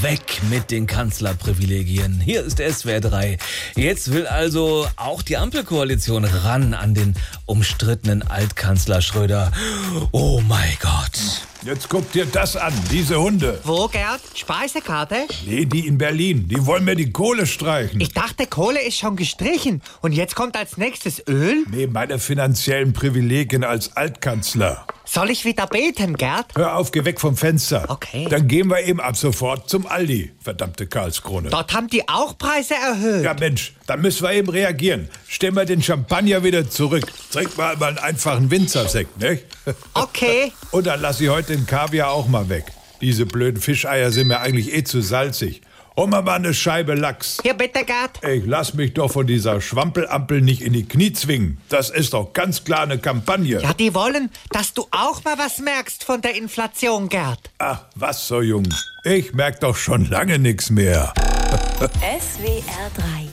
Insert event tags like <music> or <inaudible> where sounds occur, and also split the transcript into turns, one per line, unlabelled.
Weg mit den Kanzlerprivilegien. Hier ist SWR 3. Jetzt will also auch die Ampelkoalition ran an den umstrittenen Altkanzler Schröder. Oh mein Gott.
Jetzt guck dir das an, diese Hunde.
Wo, Gerd? Speisekarte?
Nee, die in Berlin, die wollen mir die Kohle streichen.
Ich dachte, Kohle ist schon gestrichen. Und jetzt kommt als nächstes Öl?
Nee, meine finanziellen Privilegien als Altkanzler.
Soll ich wieder beten, Gerd?
Hör auf, geh weg vom Fenster.
Okay.
Dann gehen wir eben ab sofort zum Aldi, verdammte Karlskrone.
Dort haben die auch Preise erhöht.
Ja, Mensch, dann müssen wir eben reagieren. Stellen wir den Champagner wieder zurück. Trink mal mal einen einfachen Winzersekt, ne?
Okay.
<laughs> Und dann lass ich heute den Kaviar auch mal weg. Diese blöden Fischeier sind mir eigentlich eh zu salzig. Hol mir mal eine Scheibe Lachs.
Hier bitte, Gerd.
Ich lass mich doch von dieser Schwampelampel nicht in die Knie zwingen. Das ist doch ganz klar eine Kampagne.
Ja, die wollen, dass du auch mal was merkst von der Inflation, Gerd.
Ach, was so jung. Ich merk doch schon lange nichts mehr.
SWR 3